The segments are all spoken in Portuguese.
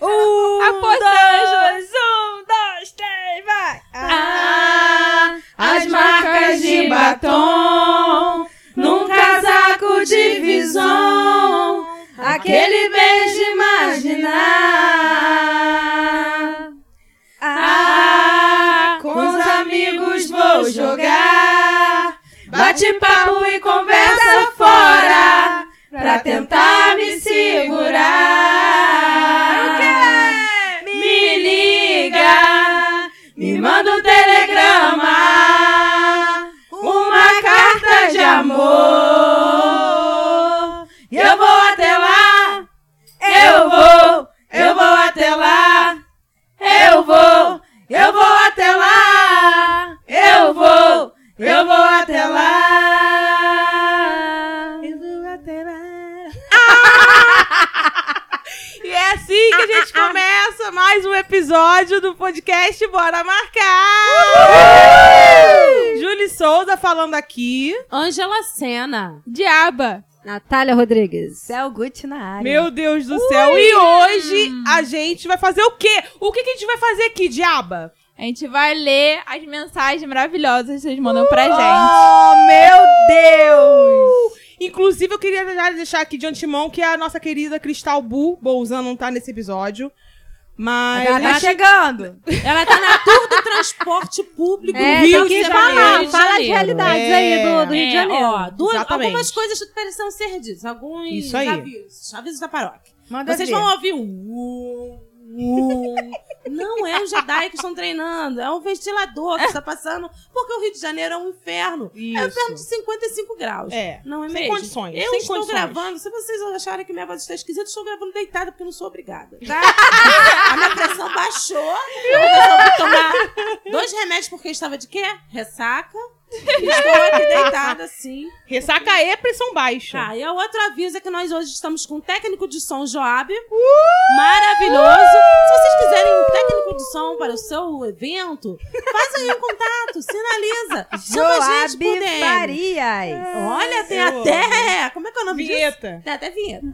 Um, Ah, Ah, Ah, ah, um é assim Ah, mais um episódio do podcast Bora Marcar! Uh! Julie Souza falando aqui. Ângela Sena. Diaba. Natália Rodrigues. Céu Gucci na área. Meu Deus do céu. E hoje a gente vai fazer o quê? O que, que a gente vai fazer aqui, Diaba? A gente vai ler as mensagens maravilhosas que vocês Uh! mandam pra gente. Oh, meu Deus! Inclusive, eu queria já deixar aqui de antemão que a nossa querida Cristal Bu, Bolzan, não tá nesse episódio. Mas. Ela tá chegando. Ela tá na tour do transporte público É, do tá Rio tem de que Janeiro. falar, Rio de fala de Janeiro. realidades É. aí do, do Rio de É, Janeiro. ó, duas- Exatamente. algumas coisas precisam ser ditas, alguns Isso aí. avisos, avisos da paróquia. Manda Vocês ver. vão ouvir um... um, um. Não é o Jedi que estão treinando, é um ventilador que está passando, porque o Rio de Janeiro é um inferno. É um inferno de Isso. 55 graus. É. Não é Sem mesmo? condições, Eu sem estou condições. gravando. Se vocês acharem que minha voz está esquisita, eu estou gravando deitada, porque eu não sou obrigada, tá? a minha pressão baixou. Eu vou tomar dois remédios porque eu estava de quê? Ressaca. E Estou aqui deitada assim. Ressaca e pressão baixa. Tá, e o outro aviso é que nós hoje estamos com um técnico de som Joab. Uh! Maravilhoso. Se vocês quiserem um técnico de som para o seu evento, faz aí um contato, sinaliza. Chama a gente por Joab DM. Farias. Olha, tem Eu até. Como é que é o tá. nome disso? Vinheta. Tem até vinheta.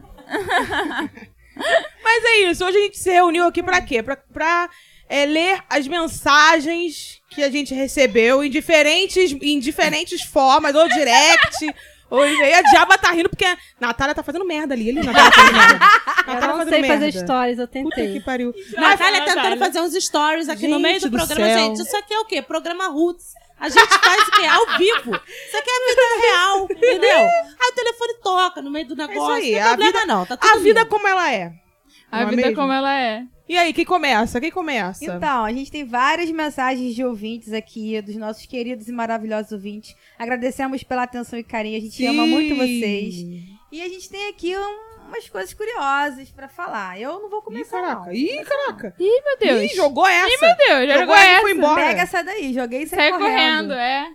Mas é isso. Hoje a gente se reuniu aqui pra quê? Pra, pra é, ler as mensagens que a gente recebeu em diferentes, em diferentes formas, ou direct. Ou e-mail. a diaba tá rindo porque a Natália tá fazendo merda ali. ali Natália tá fazendo merda. Natália Eu não fazendo sei merda. fazer stories, eu Puta que tentei. pariu. Natália tá Natália tentando fazer uns stories aqui no Gente meio do do programa. céu. Gente, isso aqui é o quê? Programa Roots. A gente faz o quê? Ao vivo. Isso aqui é a vida real, entendeu? Aí o telefone toca no meio do negócio. É aí, não a tem problema, vida- não. Tá tudo A vida lindo. como ela é. A Não é vida mesmo? como ela é. E aí, quem começa? Quem começa? Então, a gente tem várias mensagens de ouvintes aqui, dos nossos queridos e maravilhosos ouvintes. Agradecemos pela atenção e carinho, a gente ama muito vocês. E a gente tem aqui um- umas coisas curiosas pra falar. Eu não vou Ih, começar, caraca. Ih, caraca. Ih, meu Deus. Ih, jogou essa. Ih, meu Deus, já jogou jogou essa e foi essa. não. embora. Pega essa daí, joguei e saí Sai correndo, correndo. é.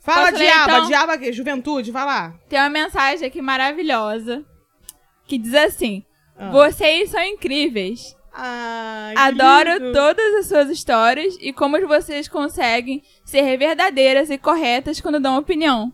Fala, Posso ler, diaba. então? Diaba, juventude, vai lá. Tem uma mensagem aqui maravilhosa que diz assim: Ah. Vocês são É incríveis. Ai, Adoro todas as suas histórias e como vocês conseguem ser verdadeiras e corretas quando dão opinião.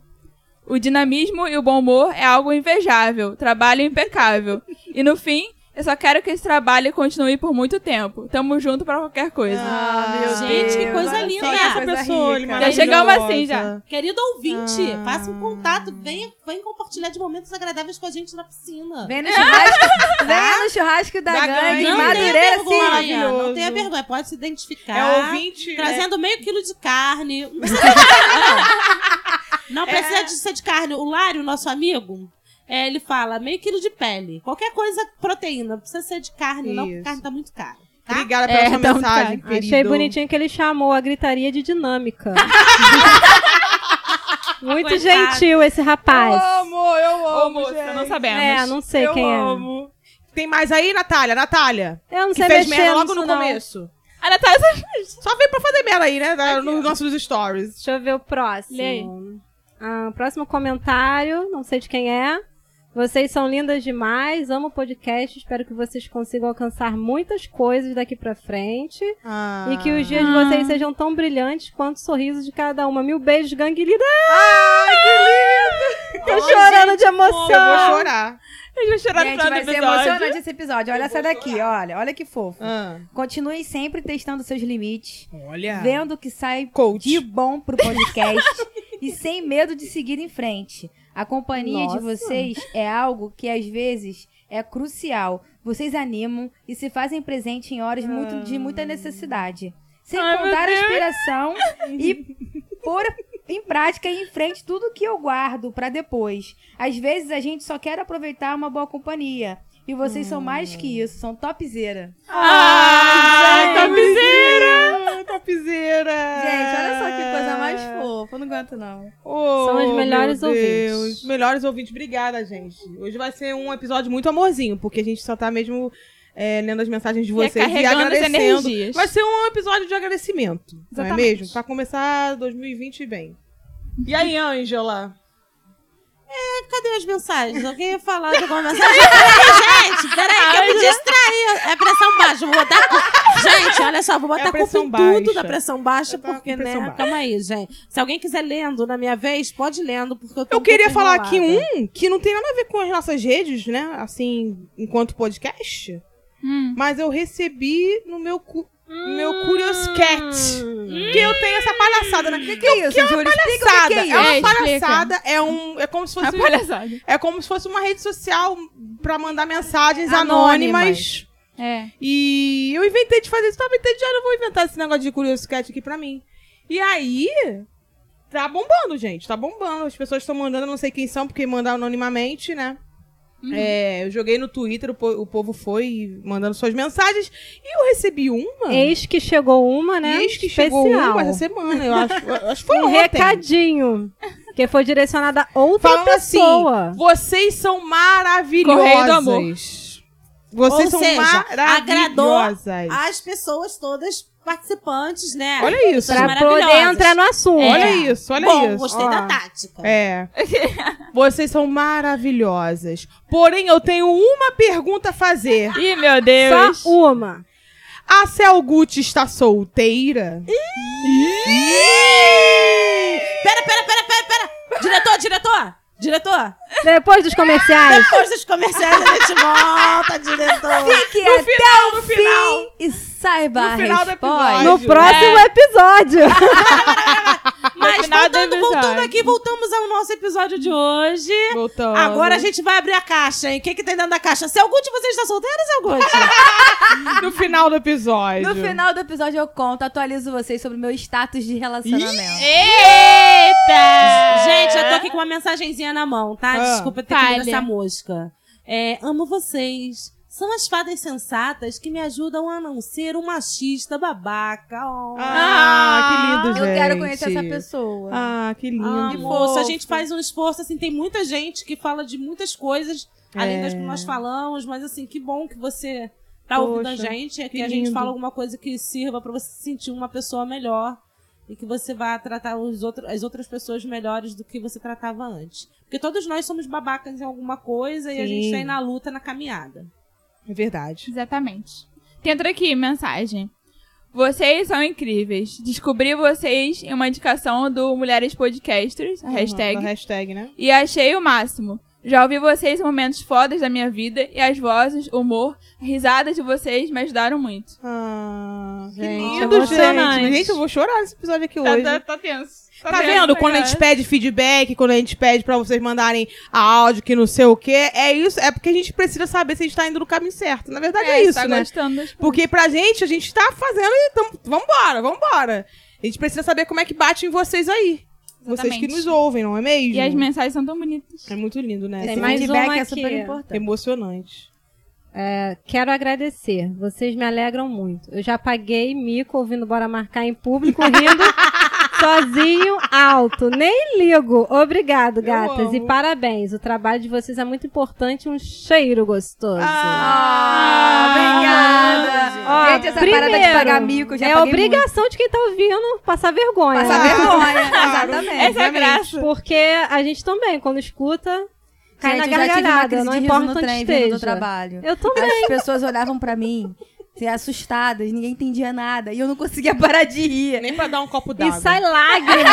O dinamismo e o bom humor é algo invejável, trabalho impecável. e no fim, eu só quero que esse trabalho continue por muito tempo. Tamo junto pra qualquer coisa. Ah, meu Gente, que Deus. coisa Olha linda. só Essa Coisa pessoa, rica. ele Já chegamos assim, já. Querido ouvinte, Ah. faça um contato, venha, venha compartilhar de momentos agradáveis com a gente na piscina. Vem no churrasco, vem no churrasco da, Da gangue, gangue. gangue. Não tenha Madureira, sim. vergonha, não é maravilhoso. tenha vergonha, pode se identificar. É ouvinte. né? Tá Trazendo meio quilo de carne. Não precisa de carne, não. Não precisa É. de ser de carne. O Lário, nosso amigo, é, ele fala meio quilo de pele. Qualquer coisa, proteína. Não precisa ser de carne, não, porque Isso. carne tá muito cara. Obrigada pela É, sua então tá. mensagem, querido. Achei bonitinho que ele chamou a gritaria de dinâmica. Muito Coitado. gentil esse Eu rapaz. amo, eu Ô, amo, moça, não gente. sabemos. É, não sei eu quem amo. Tem mais aí, Natália? Natália. é. Eu não Que sei fez mexer merda logo nisso, no não. começo. A Natália Só veio pra fazer merda aí, né? Da- No nosso dos stories. Deixa eu ver o Lê aí. próximo. Ah, próximo comentário, não sei de quem é. Vocês são lindas demais, amo o podcast, espero que vocês consigam alcançar muitas coisas daqui pra frente. Ah. E que os dias de vocês sejam tão brilhantes quanto o sorriso de cada uma. Mil beijos, gangue linda! Ai, que lindo! Tô chorando de Eu vou emoção! chorar. Eu já chorou no Gente, final do vai ser episódio. emocionante esse episódio. Olha essa daqui, olha. Olha que fofo. Ah. Continuem sempre testando seus limites, Ah. Olha. vendo o que sai Coach. de bom pro podcast e sem medo de seguir em frente. A companhia Nossa. de vocês é algo que às vezes é crucial. Vocês animam e se fazem presente em horas muito- de muita necessidade. Sem Ah. Ai, meu contar a Deus. inspiração e pôr em prática e em frente tudo que eu guardo pra depois. Às vezes a gente só quer aproveitar uma boa companhia. E vocês são mais Hum. que isso, são topzera. Ah, topzeira! Topzeira! Gente, olha só que coisa mais É. fofa. Eu não aguento, não. Oh, São os melhores meu Deus. ouvintes. Melhores ouvintes, obrigada, gente. Hoje vai ser um episódio muito amorzinho, porque a gente só tá mesmo é, lendo as mensagens de vocês e carregando as agradecendo. energias. Vai ser um episódio de agradecimento, não é Exatamente. mesmo? Pra começar 2020 bem. E aí, Ângela? Cadê as mensagens? Alguém ia falar de alguma mensagem? Peraí, gente, peraí, que eu me distraí. É pressão baixa, vou rodar. Gente, olha só, vou É a botar a culpa pressão em tudo baixa. da pressão baixa, Eu tava porque, com pressão né? baixa. Calma aí, gente. Se alguém quiser lendo na minha vez, pode lendo, porque eu tô Eu um queria pouco falar aqui enrolada. é. um que não tem nada a ver com as nossas redes, né? Assim, enquanto podcast. Hum. Mas eu recebi no meu, cu meu Curious Cat. Hum. Que eu tenho essa palhaçada, né? O que, que é isso, Júlio? Explica o que, que Palhaçada. é É isso. É, uma explica. palhaçada, é um. É como se A fosse. palhaçada. É como se fosse uma rede social pra mandar mensagens Anônimas. anônimas. É. E eu inventei de fazer isso, tava entediada, eu vou inventar esse negócio de Curious Cat aqui pra mim. E aí, tá bombando, gente, tá bombando. As pessoas estão mandando, eu não sei quem são, porque mandaram anonimamente, né? É, eu joguei no Twitter, o, po- o povo foi mandando suas mensagens. E eu recebi uma. Eis que chegou uma, né? Eis que Especial. chegou uma essa semana, eu acho. eu acho que foi Um ontem. recadinho. Que foi direcionada a outra Falando assim, pessoa. Vocês são maravilhosas. Correio do amor. Vocês Ou são seja, agradou maravilhosas. As pessoas todas participantes, né? Olha isso. Pra Pra poder maravilhosas. entrar no assunto. Olha isso, olha É. Bom, isso. gostei ó. da tática. É. Vocês são maravilhosas. Porém, eu tenho uma pergunta a fazer. Ih, meu Deus. Só uma. A Cel Gucci está solteira? Pera, pera, pera, pera, pera. Diretor, diretor, diretor. Depois dos comerciais. Depois dos comerciais a gente volta, diretor. Fique No até final, no o final. fim e saiba No a final do resposta. episódio. É. No próximo episódio. Mas final do voltando, voltando episódio. aqui, voltamos ao nosso episódio de hoje. Voltando. Agora a gente vai abrir a caixa, hein? O que, que tem dentro da caixa? Seu Gucci, você está solteira, seu Gucci? No final do episódio. No final do episódio eu conto, atualizo vocês sobre o meu status de relacionamento. Eita! gente, eu tô aqui com uma mensagenzinha na mão, tá? Ah. Desculpa ter comido Fale. essa mosca. É, amo vocês. São as fadas sensatas que me ajudam a não ser um machista babaca. Oh. Ah, que lindo, Eu gente. quero conhecer essa pessoa. Ah, que lindo. Ah, Que moço, a fofo. gente faz um esforço, assim, tem muita gente que fala de muitas coisas, além das que nós falamos, mas assim, que bom que você tá ouvindo a Poxa, gente, é que, que a gente lindo. fala alguma coisa que sirva pra você se sentir uma pessoa melhor e que você vá tratar os outro, as outras pessoas melhores do que você tratava antes. Porque todos nós somos babacas em alguma coisa e a Sim. gente tem na luta, na caminhada. É verdade. Exatamente. Tem outra aqui, mensagem. Vocês são incríveis. Descobri vocês em uma indicação do Mulheres Podcasters, a Uhum, Ah, hashtag, da hashtag, né? e achei o máximo. Já ouvi vocês em momentos fodas da minha vida e as vozes, humor, risadas de vocês me ajudaram muito. Ah, que lindo, gente. emocionante. Gente, eu vou chorar nesse episódio aqui hoje. Tá, tá, tá tenso. Tá vendo? Quando a gente pede feedback, quando a gente pede pra vocês mandarem áudio, que não sei o quê, é isso. É porque a gente precisa saber se a gente tá indo no caminho certo. Na verdade é, isso, tá né? gostando das coisas. Porque pra gente, a gente tá fazendo e tamo... vambora, vambora. A gente precisa saber como é que bate em vocês aí. Vocês que Exatamente. nos ouvem, não é mesmo? E as mensagens são tão bonitas. É muito lindo, né? Esse Tem mais feedback uma é super aqui. É importante. emocionante. Quero agradecer. Vocês me alegram muito. Eu já paguei mico ouvindo Bora Marcar em público, rindo sozinho, alto. Nem ligo. Obrigado, gatas. E amo. parabéns. O trabalho de vocês é muito importante. Um cheiro gostoso. Ah, Ó, obrigada. gente, essa parada de primeiro, pagar mico eu já é paguei obrigação de quem tá ouvindo passar vergonha. muito. Passar vergonha. Exatamente. Essa é a graça. Porque a gente também, quando escuta, cai na Gente, eu já tive uma gargalhada, crise não de riso importa no onde trem, vindo esteja. do trabalho. Eu também. As pessoas olhavam pra mim, assim, assustadas, ninguém entendia nada. E eu não conseguia parar de rir. Nem pra dar um copo E d'água. sai lágrima.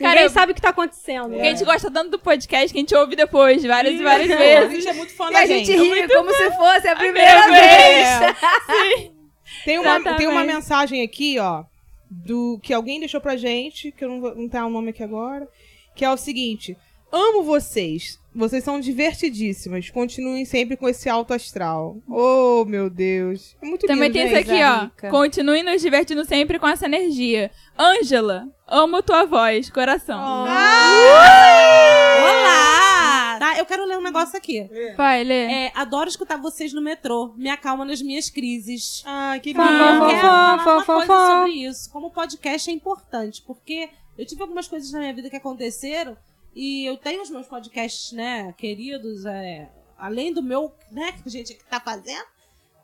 Ninguém eu- sabe o que tá acontecendo. Porque a gente gosta tanto do podcast que a gente ouve depois, várias e várias A vezes. gente é muito fã E da a gente ri como se fosse É a primeira primeira vez. Tem uma, Exatamente. tem uma mensagem aqui, ó, do que alguém deixou pra gente, que eu não vou não tá o nome aqui agora, que é o seguinte: amo vocês. Vocês são divertidíssimas. Continuem sempre com esse alto astral. Oh, meu Deus. É muito Também lindo, tem isso gente. aqui, ó. Rica. Continue nos divertindo sempre com essa energia. Ângela, amo tua voz, coração. Olá! Tá, eu quero ler um negócio aqui. Vai, Lê. É, adoro escutar vocês no metrô. Me acalma nas minhas crises. Ai, que lindo. Eu Fofão, quero fofão. falar uma fofão, coisa fofão. sobre isso. Como podcast é importante, porque eu tive algumas coisas na minha vida que aconteceram e eu tenho os meus podcasts, né, queridos, é, além do meu, né, que a gente aqui tá fazendo,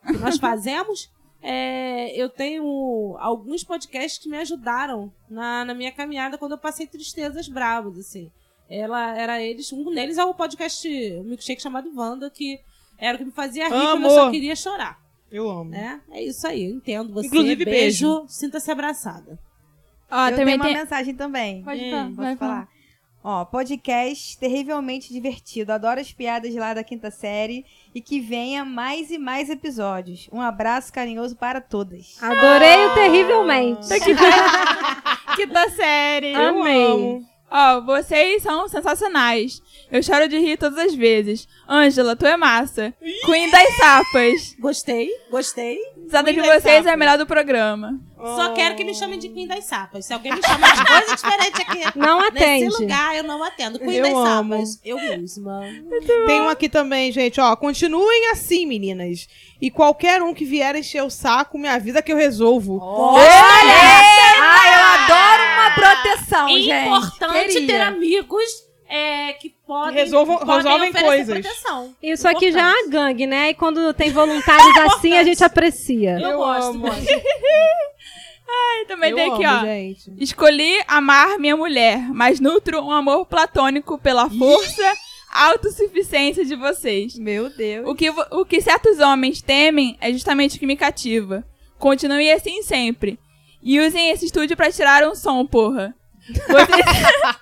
que nós fazemos, é, eu tenho alguns podcasts que me ajudaram na, na minha caminhada quando eu passei tristezas bravas, assim. Ela era eles, um deles é o podcast, um milkshake chamado Wanda, que era o que me fazia rir quando Amo. eu só queria chorar. Eu amo. É, é isso aí, eu entendo você. Inclusive, beijo. Sinta-se abraçada. Ó, eu também tenho uma tem. mensagem também. Pode Hum, falar, Posso vai falar. falar? Ó, podcast terrivelmente divertido. Adoro as piadas lá da quinta série. E que venha mais e mais episódios. Um abraço carinhoso para todas. Adorei o terrivelmente. Quinta série. Amei. Ó, vocês são sensacionais. Eu choro de rir todas as vezes. Ângela, tu é massa. Queen das sapas. Gostei, gostei. Risada de Queen das vocês é a sapas. melhor do programa. Só quero que me chamem de Queen das Sapas. Se alguém me chama de coisa diferente aqui Não Ah, nesse atende. lugar, eu não atendo. Queen Eu das amo. Sapas. Eu mesma. Tem um aqui também, gente, ó. Continuem assim, meninas. E qualquer um que vier encher o saco, me avisa que eu resolvo. Ai, eu adoro uma proteção, É gente. importante Queria. ter amigos é, que podem, Que resolvam- podem resolvem oferecer coisas. proteção. Isso aqui já é Importante. É uma gangue, né? E quando tem voluntários assim, a gente aprecia. Eu, Eu gosto, amo. gosto. E também tem aqui, ó. Gente. Escolhi amar minha mulher, mas nutro um amor platônico pela força, autossuficiência de vocês. Meu Deus. O que, vo- o que certos homens temem é justamente o que me cativa. Continue assim sempre. E usem esse estúdio pra tirar um som, porra. Vocês,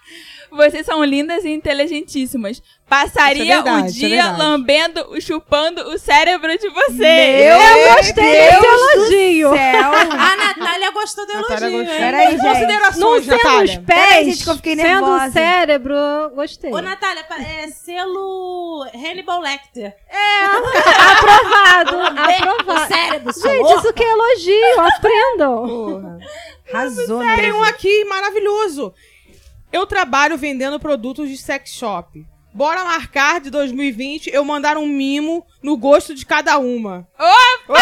Vocês são lindas e inteligentíssimas. Passaria Isso é verdade, o isso é dia verdade. lambendo, chupando o cérebro de vocês. Eu gostei desse elogio. A Natália gostou do Natália elogio, gostou. hein? Peraí, gente. Não Considerações, sendo os Natália. Peraí, pés, gente, que eu fiquei sendo o nervosa. cérebro, eu gostei. Ô, Natália, pa- é selo Hannibal Lecter. Aprovado, O aprovado. cérebro, sua Gente, louca. isso que é elogio, aprendam. Porra. Arrasou, né? Tem um aqui maravilhoso. Eu trabalho vendendo produtos de sex shop. Bora marcar de 2020 eu mandar um mimo no gosto de cada uma. Opa!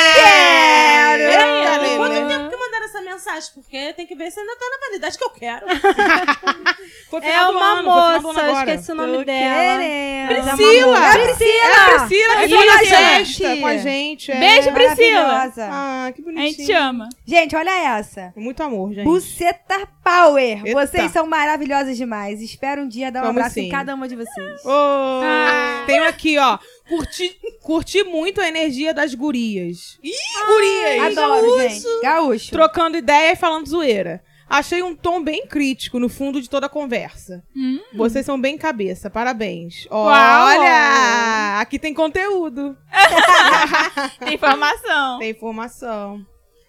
Eu quero! Peraí, Quanto Eita, Lelê. tempo que mandaram essa mensagem? Porque tem que ver se ainda tá na validade que eu quero. Foi É final do uma ano, foi final do ano moça, eu agora. esqueci o nome dela. Priscila! É a Priscila! Priscila que Isso, foi na gente. festa com a gente. é. Beijo, Priscila. Maravilhosa. Ah, que A gente bonitinho. É te ama. Gente, olha essa. Muito amor, gente. Buceta Power. Eita. Vocês são maravilhosas demais. Espero um dia dar um Vamos abraço sim. em cada uma de vocês. Oh, Tenho aqui, ó. Curti, curti muito a energia das gurias. Ih, gurias! Adoro, gente. Gaúcho. Trocando ideia e falando zoeira. Achei um tom bem crítico no fundo de toda a conversa. Hum. Vocês são bem cabeça, parabéns. Uau! Olha! Aqui tem conteúdo, Tem informação. tem informação.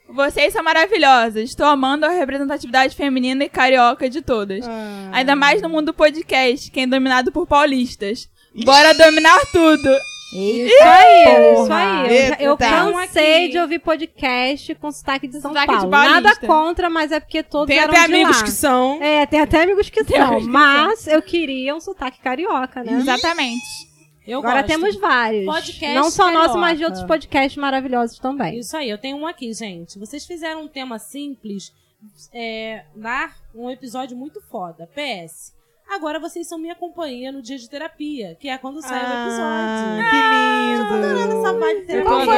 Vocês são maravilhosas. Estou amando a representatividade feminina e carioca de todas. Ah. Ainda mais no mundo do podcast, que é dominado por paulistas. Bora dominar tudo! Isso aí, isso Porra. aí. Eu já- Eu Eita. cansei de ouvir podcast com sotaque de São Sotaque de Paulo. paulista. Nada contra, mas é porque todos Tem eram até de amigos lá. que são. É, tem até amigos que Tem são, amigos que mas eu queria um sotaque carioca, né? Exatamente. Eu Agora gosto. temos vários. Podcast Não só nosso, mas de carioca. outros podcasts maravilhosos É. também. Isso aí, eu tenho um aqui, gente. Vocês fizeram um tema simples, é, dar um episódio muito foda. PS. Agora vocês são minha companhia no dia de terapia, que é quando sai o episódio. Ah, que lindo. Adorando essa vibe Eu Qual tô foi adorando. terapêutica. o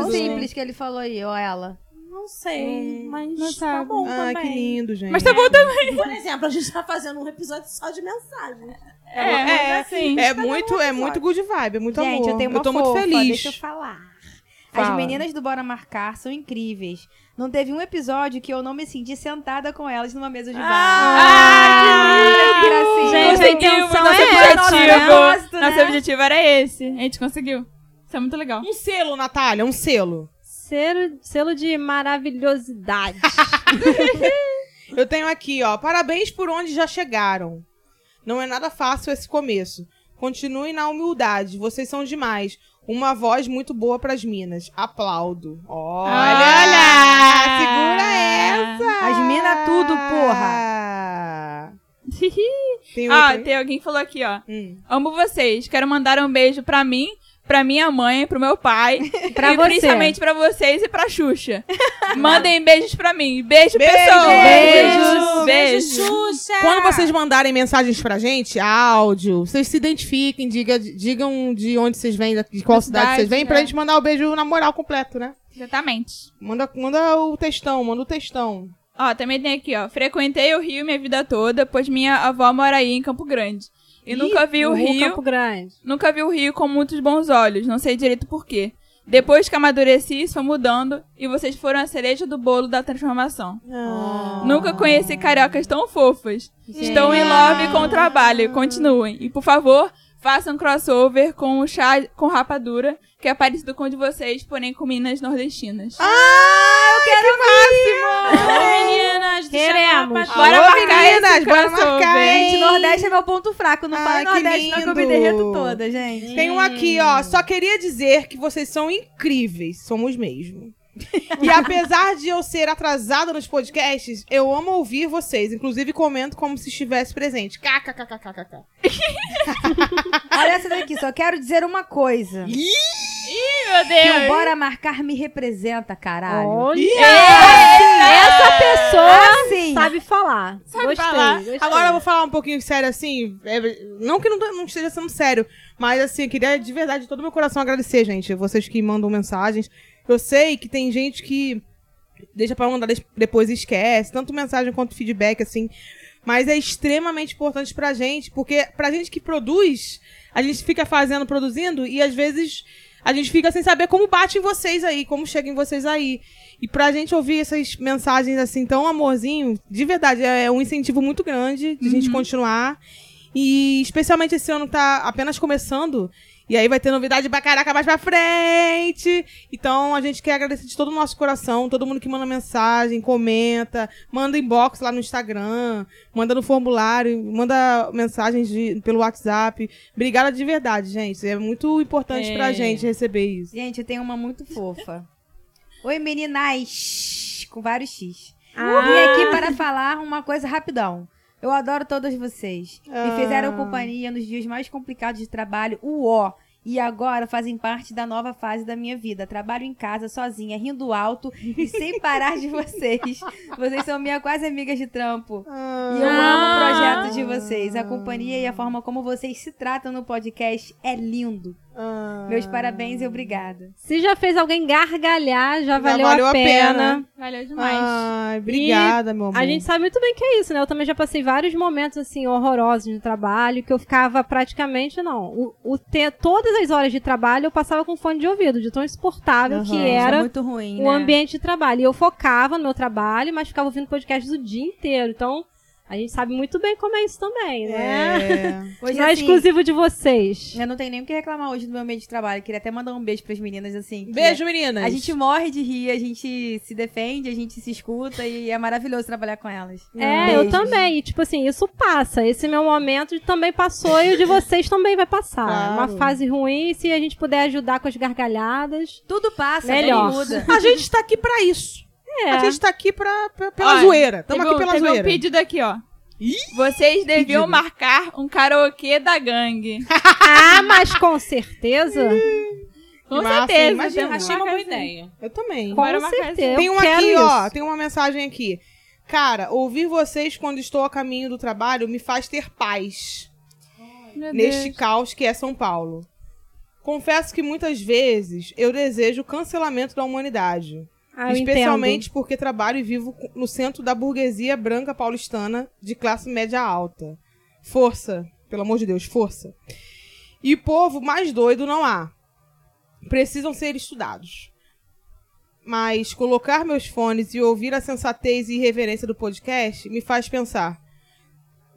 Um episódio simples que ele falou aí, ou ela? Não sei, mas não tá sabe. bom Hum, Ah, que também. lindo, gente. Mas tá bom também. Por exemplo, a gente tá fazendo um episódio só de mensagem. É, é, sim. É muito, é muito good vibe, é muito gente, amor. eu tenho uma tô fofa, muito feliz. deixa eu falar. Fala. As meninas do Bora Marcar são incríveis. Não teve um episódio que eu não me senti sentada com elas numa mesa de bar. assim Ah, que lindo! Gracinha. Gente, a intenção nosso é essa, objetivo. né? Gosto, Nosso né? objetivo era esse. A gente conseguiu. Isso é muito legal. Um selo, Natália, um selo. Selo, selo de maravilhosidade. Eu tenho aqui, ó. Parabéns por onde já chegaram. Não é nada fácil esse começo. Continuem na humildade, vocês são demais. Uma voz muito boa pras minas. Aplaudo. Olha lá! Segura essa! As mina tudo, porra! porra. Tem outro? Ah, aí? tem alguém que falou aqui, ó. Hum. Amo vocês. Quero mandar um beijo pra mim, pra minha mãe, pro meu pai. Pra e você. principalmente pra vocês e pra Xuxa. Mandem beijos pra mim. Beijo, Beijo, pessoal. beijo, Beijo. Xuxa! Quando vocês mandarem mensagens pra gente, áudio, vocês se identifiquem, diga- digam de onde vocês vêm, de qual Da cidade, cidade, vocês vêm, pra é. gente mandar o beijo na moral completo, né? Exatamente. Manda, manda o textão, manda o textão. Ó, também tem aqui, ó. Frequentei o Rio minha vida toda, pois minha avó mora aí em Campo Grande. E nunca vi o Uhul, Rio Campo Grande. Nunca vi o Rio com muitos bons olhos, não sei direito por quê. Depois que amadureci, isso foi mudando e vocês foram a cereja do bolo da transformação. Nunca conheci cariocas tão fofas. Estão em love com o trabalho. Continuem. E, por favor, façam crossover com o chá com rapadura, que é parecido com o de vocês, porém com minas nordestinas. Ah! Meninas, deixa Queremos. eu falar pra- Bora Alô, marcar meninas, esse bora crossover. marcar, hein? Gente, Nordeste é meu ponto fraco. Não Ai, faz Ah, que Nordeste, não que eu me lindo. derreto toda, gente. Tem um aqui, ó. Só queria dizer que vocês são incríveis. Somos mesmo. e apesar de eu ser atrasada nos podcasts, eu amo ouvir vocês. Inclusive, comento como se estivesse presente. KKKKKK. Olha essa daqui, só quero dizer uma coisa. Meu Que Deus! o Bora Marcar me representa, caralho. Olha! Essa pessoa Assim, sabe falar. gostei, falar. gostei. Agora eu vou falar um pouquinho sério, assim. é, não que não, não esteja sendo sério, mas assim, eu queria de verdade, de todo meu coração, agradecer, gente. Vocês que mandam mensagens. Eu sei que tem gente que deixa pra mandar des- depois e esquece, tanto mensagem quanto feedback, assim. Mas é extremamente importante pra gente, porque pra gente que produz, a gente fica fazendo, produzindo, e às vezes a gente fica sem saber como bate em vocês aí, como chega em vocês aí. E pra gente ouvir essas mensagens assim, tão amorzinho, de verdade, é um incentivo muito grande de a gente continuar. E especialmente esse ano tá apenas começando. E aí vai ter novidade pra caraca mais pra frente. Então a gente quer agradecer de todo o nosso coração, todo mundo que manda mensagem, comenta, manda inbox lá no Instagram, manda no formulário, manda mensagens de- pelo WhatsApp. Obrigada de verdade, gente. É muito importante É. pra gente receber isso. gente, eu tenho uma muito fofa. Oi, meninais. Com vários X. Ah, Vim aqui para falar uma coisa rapidão. Eu adoro todas vocês. Ah. Me fizeram companhia nos dias mais complicados de trabalho, uó. E agora fazem parte da nova fase da minha vida. Trabalho em casa, sozinha, rindo alto e sem parar de vocês. Vocês são minha quase amigas de trampo. E eu Ah. amo o projeto de vocês. A companhia e a forma como vocês se tratam no podcast é lindo. Meus parabéns e obrigada. se já fez alguém gargalhar, já valeu, valeu a a pena. pena. Valeu demais. Ai, obrigada, meu amor. A gente sabe muito bem que é isso, né? Eu também já passei vários momentos, assim, horrorosos no trabalho, que eu ficava praticamente, não. O, o te- todas as horas de trabalho eu passava com fone de ouvido, de tão insuportável que Gente, é era muito ruim, o né? ambiente de trabalho. E eu focava no meu trabalho, mas ficava ouvindo podcast o dia inteiro. Então, a gente sabe muito bem como é isso também, né? É. Hoje, Não é assim, exclusivo de vocês. Eu não tenho nem o que reclamar hoje do meu meio de trabalho. Queria até mandar um beijo pras meninas, assim. que Beijo, meninas. A gente morre de rir, a gente se defende, a gente se escuta e é maravilhoso trabalhar com elas. É, eu também. E, tipo assim, isso passa. Esse meu momento também passou e o de vocês também vai passar. É Claro. Uma fase ruim, se a gente puder ajudar com as gargalhadas. Tudo passa, Melhor. tudo muda. A gente tá aqui pra isso. É. A gente tá aqui pra, pra- pela Olha, zoeira. Tamo Teve aqui um- pela teve um zoeira. pedido aqui, ó. Vocês deviam marcar um karaokê da gangue. Ah, mas com certeza. Com Que massa, certeza. um imagina. temos que Achei uma boa marcar sim. ideia. Eu também. com Bora marcar certeza. esse- Eu tem um quero aqui, isso. ó. Tem uma mensagem aqui. Cara, ouvir vocês quando estou a caminho do trabalho me faz ter paz Meu neste Deus. caos que é São Paulo. Confesso que muitas vezes eu desejo o cancelamento da humanidade. Ah, eu especialmente porque trabalho e vivo co- no centro da burguesia branca paulistana de classe média alta. Força, pelo amor de Deus, força. E povo mais doido não há. Precisam ser estudados. Mas colocar meus fones e ouvir a sensatez e irreverência do podcast me faz pensar.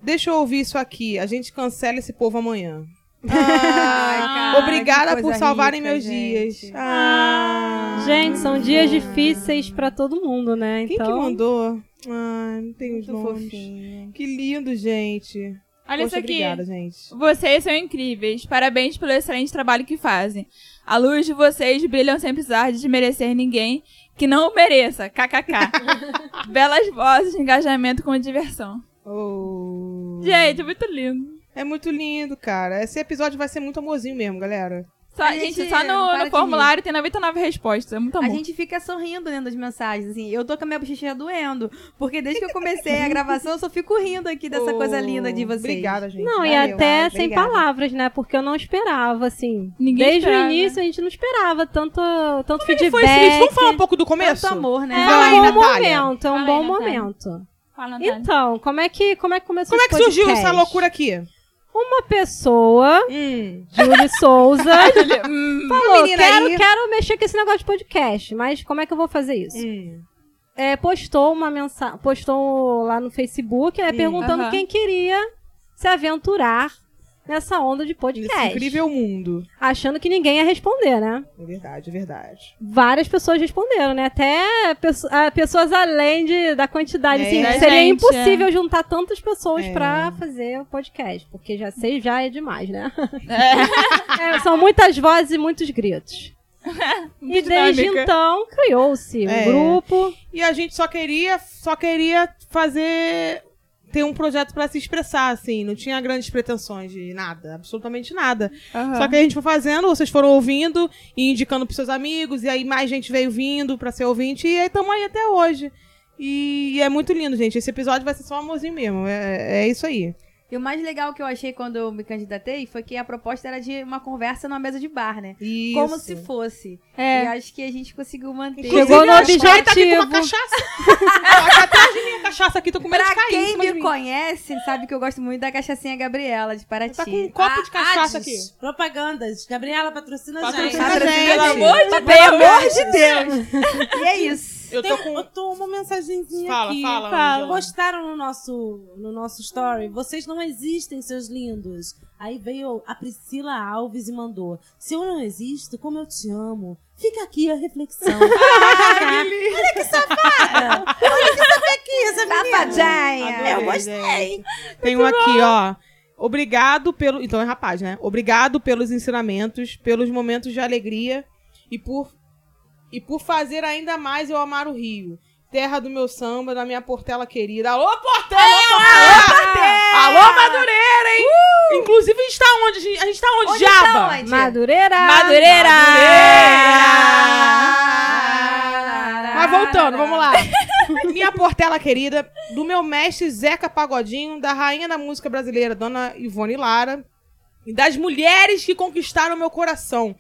Deixa eu ouvir isso aqui, a gente cancela esse povo amanhã. Ai, cara, Ah, obrigada que por coisa salvarem rica, meus gente. dias. Ah. entendo. Gente, são dias difíceis pra todo mundo, né? Quem que Então, mandou? Ai, não tem os Muito nomes. fofinho. Que lindo, gente. Olha isso Poxa, aqui. obrigada, gente. Vocês são incríveis. Parabéns pelo excelente trabalho que fazem. A luz de vocês brilham sem precisar de desmerecer ninguém que não o mereça. KKK. Belas vozes, engajamento com diversão. Oh. Gente, muito lindo. É muito lindo, cara. Esse episódio vai ser muito amorzinho mesmo, galera. Só, A gente, gente só não no, para no de formulário tem 99 respostas. É muito A amor. gente fica sorrindo lendo as mensagens, assim. Eu tô com a minha bochecha doendo, porque desde que eu comecei a gravação eu só fico rindo aqui dessa Oh, coisa linda de vocês. Obrigada, gente. não, e Valeu, até valeu, sem obrigada. palavras, né? Porque eu não esperava, assim. Ninguém Desde esperava. né? o início a gente não esperava tanto, tanto feedback. Foi esse vídeo. Vamos falar um pouco do começo? Tanto amor, né? É Fala aí, um bom Natália. momento, é um Fala aí, bom Natália. momento. Fala, Natália. Então, como é que, como é que começou Como é esse que surgiu podcast? essa loucura aqui? Uma pessoa, Hum. Júlio Souza, falou: menina quero, aí." quero mexer com esse negócio de podcast, mas como é que eu vou fazer isso? Hum. É, postou uma mensagem, postou lá no Facebook, né, perguntando aham. quem queria se aventurar nessa onda de Nesse podcast. incrível mundo. Achando que ninguém ia responder, né? É verdade, é verdade. várias pessoas responderam, né? Até pesso- ah, pessoas além de, da quantidade. É. assim, Da seria gente, impossível juntar tantas pessoas É. pra fazer o podcast, porque já sei, já é demais, né? É, são muitas vozes e muitos gritos. e desde Dinâmica. então criou-se um É. grupo. E a gente só queria, só queria fazer ter um projeto pra se expressar assim, não tinha grandes pretensões de nada, absolutamente nada. Aham. Só que a gente foi fazendo, vocês foram ouvindo e indicando pros seus amigos, e aí mais gente veio vindo pra ser ouvinte, e aí estamos aí até hoje. E, e é muito lindo, gente. Esse episódio vai ser só amorzinho mesmo. É, é isso aí. E o mais legal que eu achei quando eu me candidatei foi que a proposta era de uma conversa numa mesa de bar, né? Isso. Como se fosse. É. E acho que a gente conseguiu manter. Inclusive, Chegou no a Sky Tá aqui com uma objetivo. cachaça. Ela tá atrás de mim a cachaça aqui, tô com medo de Pra cair. em quem cima de me mim. conhece, sabe que eu gosto muito da cachaçinha Gabriela, de Paraty. Tá com um copo Ah, de cachaça aqui. Ades, Propagandas. Gabriela patrocina, Patrocina a gente. a gente. Pelo amor de de Deus. de Deus. E é isso. Eu tô Tem- com eu tô uma mensagenzinha Fala, aqui. fala, Angela. Postaram no nosso, no nosso story. Vocês não existem, seus lindos. Aí veio a Priscila Alves e mandou. Se eu não existo, como eu te amo. Fica aqui a reflexão. Olha Ah, que safada. Olha que safada aqui, essa menina. Safadinha. Eu gostei. gente. É, Tem um aqui, ó. Obrigado pelo. Então é rapaz, né? Obrigado pelos ensinamentos, pelos momentos de alegria e por, e por fazer ainda mais eu amar o Rio. Terra do meu samba, da minha Portela querida. Alô, Portela! Alô, Madureira, hein? Inclusive, a gente tá onde? A gente, a gente tá onde, Onde Jaba? tá, onde? Madureira! Madureira! Mas voltando, vamos lá. Ah, Minha Portela querida, do meu mestre Zeca Pagodinho, da rainha da música brasileira, Dona Ivone Lara, e das mulheres que conquistaram meu coração,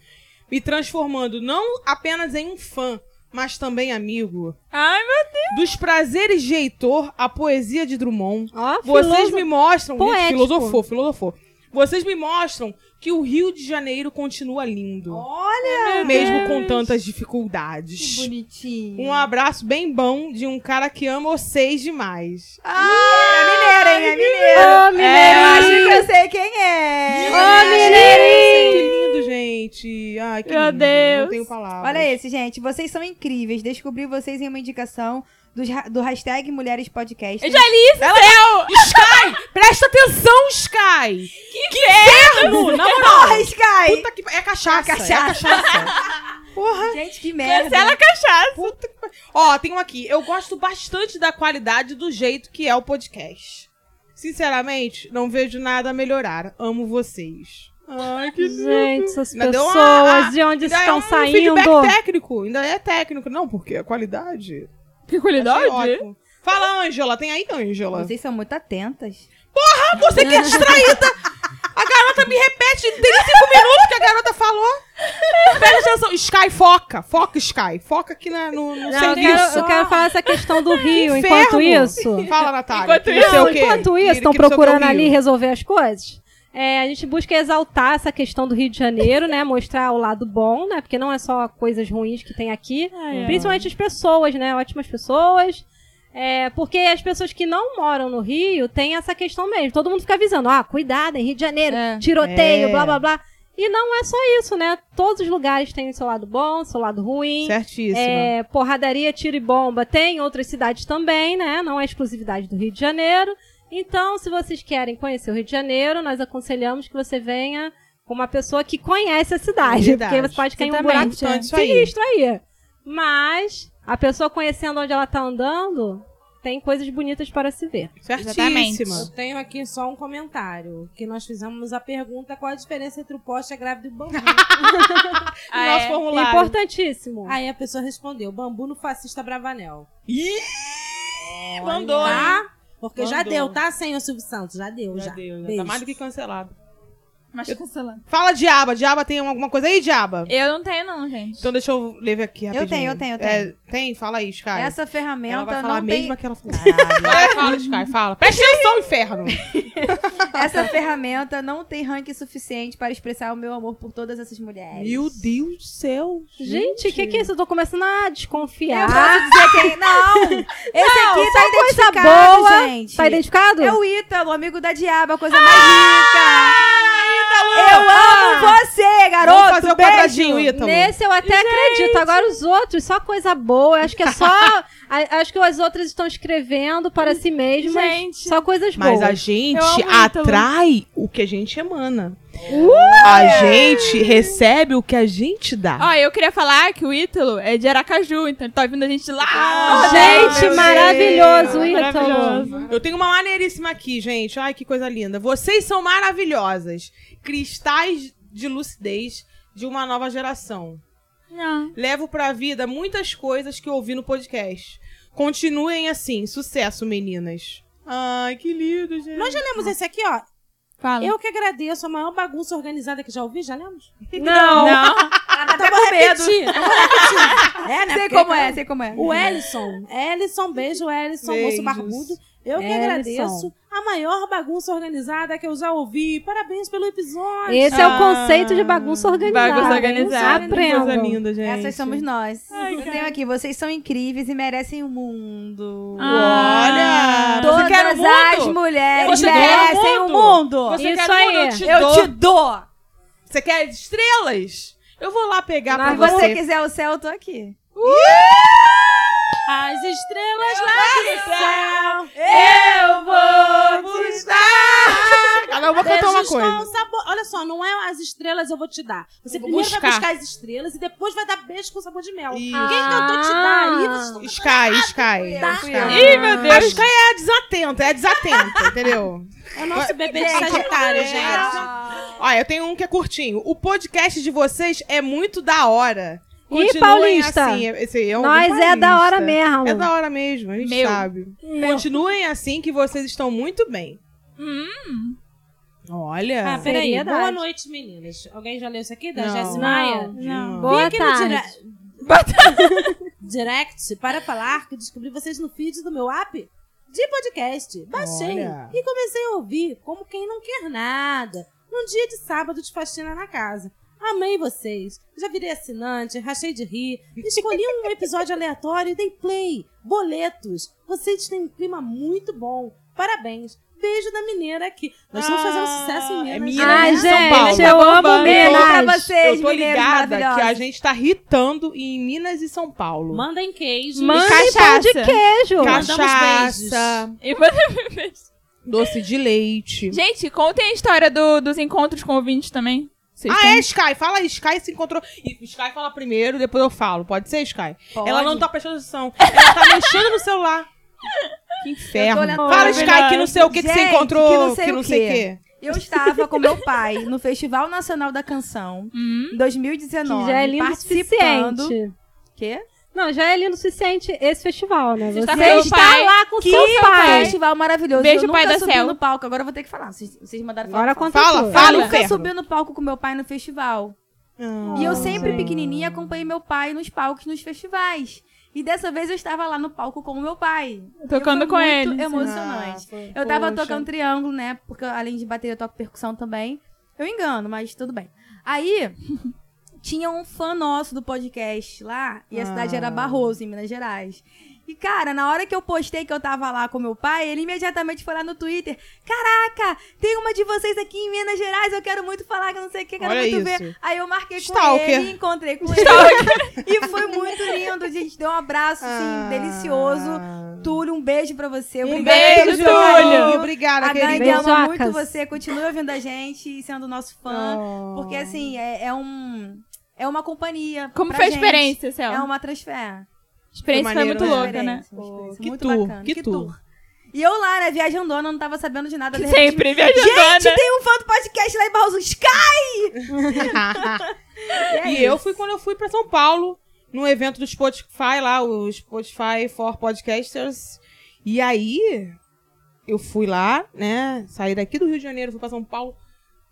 me transformando não apenas em um fã, mas também amigo. Ai, meu Dos prazeres de Heitor, a poesia de Drummond. Ó, Vocês filoso- me mostram, gente, Poético. filosofou, filosofou. Vocês me mostram que o Rio de Janeiro continua lindo Olha mesmo com tantas dificuldades. que bonitinho. Um abraço bem bom de um cara que ama vocês demais. Ah, é mineira, hein? É mineira. Ô, É, Eu acho mineirinho! que eu sei quem é. Ô, Que mineirinho! lindo, gente. Ai, que Meu lindo. Não Deus. tenho palavras. Olha esse, gente. Vocês são incríveis. Descobri vocês em uma indicação dos ra- do hashtag Mulheres Podcast. Eu já li isso, Ela... Sky! Presta atenção, Sky! Que, inferno! Na moral! Porra, Sky! Puta que... É cachaça. É cachaça. É cachaça. Porra. Gente, que merda. Cancela a cachaça. Puta que... pa- Ó, tem um aqui. Eu gosto bastante da qualidade do jeito que é o podcast. Sinceramente, não vejo nada a melhorar. Amo vocês. Ai, que Gente, essas Ainda deu pessoas, uma- de Ainda onde é estão um saindo? feedback técnico. Ainda é técnico. Não, porque a qualidade... Que Achei qualidade? ótimo. Fala, Ângela. Tem aí, Ângela? Vocês são muito atentas. Ah, você que é distraída. A garota me repete em 35 minutos que a garota falou. Presta atenção. Sky, foca. Foca, Sky. Foca aqui na, no, no Não, eu, serviço. quero, eu quero falar essa questão do Rio. Inferno. Enquanto isso, Fala, Natália. Enquanto que não isso- sei o quê. Enquanto Que- isso, que não estão sei o que é o procurando ali Rio. resolver as coisas. É, a gente busca exaltar essa questão do Rio de Janeiro, né? Mostrar o lado bom, né? Porque não é só coisas ruins que tem aqui. Ah, é. Ai, ai. principalmente as pessoas, né? Ótimas pessoas. É, porque as pessoas que não moram no Rio têm essa questão mesmo. Todo mundo fica avisando, ah, cuidado, em Rio de Janeiro, É. tiroteio, É. blá blá blá. E não é só isso, né? Todos os lugares têm o seu lado bom, o seu lado ruim. Certíssimo. É, porradaria, tiro e bomba tem em outras cidades também, né? Não é exclusividade do Rio de Janeiro. Então, se vocês querem conhecer o Rio de Janeiro, nós aconselhamos que você venha com uma pessoa que conhece a cidade. Verdade. Porque você pode cair em um buraco Exatamente, é. Isso aí. sinistro aí. Mas, a pessoa conhecendo onde ela tá andando, tem coisas bonitas para se ver. Certíssima. Eu tenho aqui só um comentário. Que nós fizemos a pergunta qual a diferença entre o poste, a grávida e o bambu. Ah, Nosso é. formulário. Importantíssimo. Aí a pessoa respondeu, bambu no fascista Bravanel. é. Ih, mandou, Ah, hein? Tá? Porque já Mandou. deu, tá, senhor Silvio Santos? Já deu, já. Já deu, já Beijo. Tá mais do que cancelado. Mas cancelando. Fala, Diaba. Diaba tem alguma coisa aí, Diaba? Eu não tenho, não, gente. Então deixa eu ler aqui rapidinho. tenho, eu tenho, eu É, tem? Fala aí, Sky. Essa Ela vai ferramenta falar não a tem. mesma que ela falou. Vai, fala, Sky, fala. Presta atenção, inferno. Essa ferramenta não tem ranking suficiente para expressar o meu amor por todas essas mulheres. Meu Deus do céu. Gente, o que, que é isso? Eu tô começando a desconfiar. Eu posso dizer quem. Não! Esse Não, só aqui tá coisa identificado, boa. gente. Tá identificado? É o Ítalo, amigo da Diaba, a coisa Ah, mais rica. Eu amo você, garoto. Vamos fazer o beijo. quadradinho, Ítalo. Nesse eu até acredito. Agora os outros, só coisa boa. Acho que é só. a- acho que as outras estão escrevendo para si mesmas. Gente. Só coisas Mas a boas. É gente Eu amo o Ítalo. atrai o que a gente emana. A gente recebe o que a gente dá. Ah. Ó, eu queria falar que o Ítalo é de Aracaju, então ele tá ouvindo a gente lá. Ah, Gente, meu maravilhoso, Deus. Ítalo. Maravilhoso. Eu tenho uma maneiríssima aqui, gente. Ai, que coisa linda. Vocês são maravilhosas. Cristais de lucidez de uma nova geração. Não. Levo pra vida muitas coisas que ouvi no podcast. Continuem assim. Sucesso, meninas. Ai, que lindo, gente. Nós já lemos esse aqui, ó. Fala. Eu que agradeço a maior bagunça organizada que já ouvi, já lemos? Não. Não. Ela tá com medo. É, né? Sei Porque- como é, sei como é. O Ellison. Ellison, beijo, Ellison, Beijos. moço barbudo. Eu que Ellison. agradeço a maior bagunça organizada que eu já ouvi. Parabéns pelo episódio. Esse é Ah, o conceito de bagunça organizada. bagunça hein? organizada. Coisa Aprendam. linda, gente. Essas somos nós. eu cara. tenho aqui, vocês são incríveis e merecem o mundo. Olha! Todas Ah, você quer o as mundo? mulheres Você quer o merecem o um mundo? mundo. Você Isso quer o mundo? aí. Eu te Eu dou. Ah, te dou. Você quer estrelas? Eu vou lá pegar Se pra você você. quiser o céu, eu tô aqui. As estrelas lá do céu. Eu vou buscar! Agora um, eu vou contar uma beijos com coisa. sabor. Olha só, não é as estrelas eu vou te dar. Você primeiro buscar. vai buscar as estrelas e depois vai dar beijo com sabor de mel. Isso. Ah. Quem tentou te dar aí? Vocês estão Sky, Sky. Tá. Sky. Ih, meu A Deus. Sky é desatenta, é desatenta, entendeu? É o nosso bebê de Sagitário, gente. Olha, eu tenho um que é curtinho. O podcast de vocês é muito da hora. Ih, Continuem paulista. Assim. Esse aí é um Nós é da hora paulista. mesmo. É da hora mesmo, a gente Meu. sabe. Continuem assim que vocês estão muito bem. Olha. Ah, peraí. Seriedade. Boa noite, meninas. Alguém já leu isso aqui? Da Não. Jéssica Maia? Não. Não. Vim Boa aqui no tarde. dire- Direct para falar que descobri vocês no feed do meu app de podcast. Baixei Olha. e comecei a ouvir como quem não quer nada. Num dia de sábado de faxina na casa. Amei vocês. Já virei assinante, rachei de rir. Escolhi um episódio aleatório e dei play. Boletos. Vocês têm um clima muito bom. Parabéns. Beijo da mineira aqui. Nós vamos fazer um Ah, sucesso em Minas. é né? Minas, Ai, São Paulo. gente, Tá eu amo bombando. Beijo pra Minas. vocês, eu tô mineiros ligada que a maravilhosos. gente tá ritando em Minas e São Paulo. Mandem queijo. Mandem pão de Cachaça. queijo. Ca- mandamos Cachaça, E você- doce de leite. Gente, contem a história do- dos encontros com ouvintes também. Vocês Ah, têm? é, Sky. Fala aí, Sky se encontrou. E Sky fala primeiro, depois eu falo. Pode ser, Sky? Ela não tá prestando atenção. Ela tá mexendo no celular. Que inferno. Eu tô olhando. Fala, Sky, que não sei o que, que você Gente, encontrou. que não sei o o quê. quê. Eu estava com meu pai no Festival Nacional da Canção, Hum. em Que 2019. já é lindo o participando. suficiente. Quê? Não, já é lindo o suficiente esse festival, né? Você tá- Você está está, com seu pai. lá com Que seu pai. festival maravilhoso. Beijo, eu nunca pai do subi céu. no palco, agora eu vou ter que falar. Vocês, vocês mandaram falar. Agora fala. conta Fala, tudo. fala. Eu nunca inferno. subi no palco com meu pai no festival. Ah, E eu sempre gente. pequenininha acompanhei meu pai nos palcos, nos festivais. E dessa vez eu estava lá no palco com o meu pai. Tocando E foi com muito ele. emocionante. foi- eu tava poxa. tocando triângulo, né? Porque além de bater eu toco percussão também. Eu engano, mas tudo bem. Aí tinha um fã nosso do podcast lá, e a cidade Ah. era Barroso, em Minas Gerais. E, cara, na hora que eu postei que eu tava lá com meu pai, ele imediatamente foi lá no Twitter. Caraca, tem uma de vocês aqui em Minas Gerais, eu quero muito falar, que eu não sei o que, quero Olha muito isso. ver. Aí eu marquei Stalker. com ele, encontrei com ele. e foi muito lindo, a gente deu um abraço, assim, Ah. delicioso. Túlio, um beijo pra você. Um Obrigada beijo, pelo seu carinho. Túlio. Obrigada, A Dani querida. Beijo. ama muito Beijocas. você, continue ouvindo a gente e sendo nosso fã. Porque, assim, é, é um... É uma companhia Como pra foi a gente. experiência, Céu? É uma transfer. A experiência foi maneiro, né? muito louca, né? Uma experiência que muito tour, bacana. que tour. E eu lá, né, viajandona, não tava sabendo de nada. de repente, Sempre viajando, Gente, né? tem um fã do podcast lá em Barroso. Sky! e eu fui quando eu fui pra São Paulo, num evento do Spotify lá, o Spotify for Podcasters. E aí, eu fui lá, né? Saí daqui do Rio de Janeiro, fui pra São Paulo.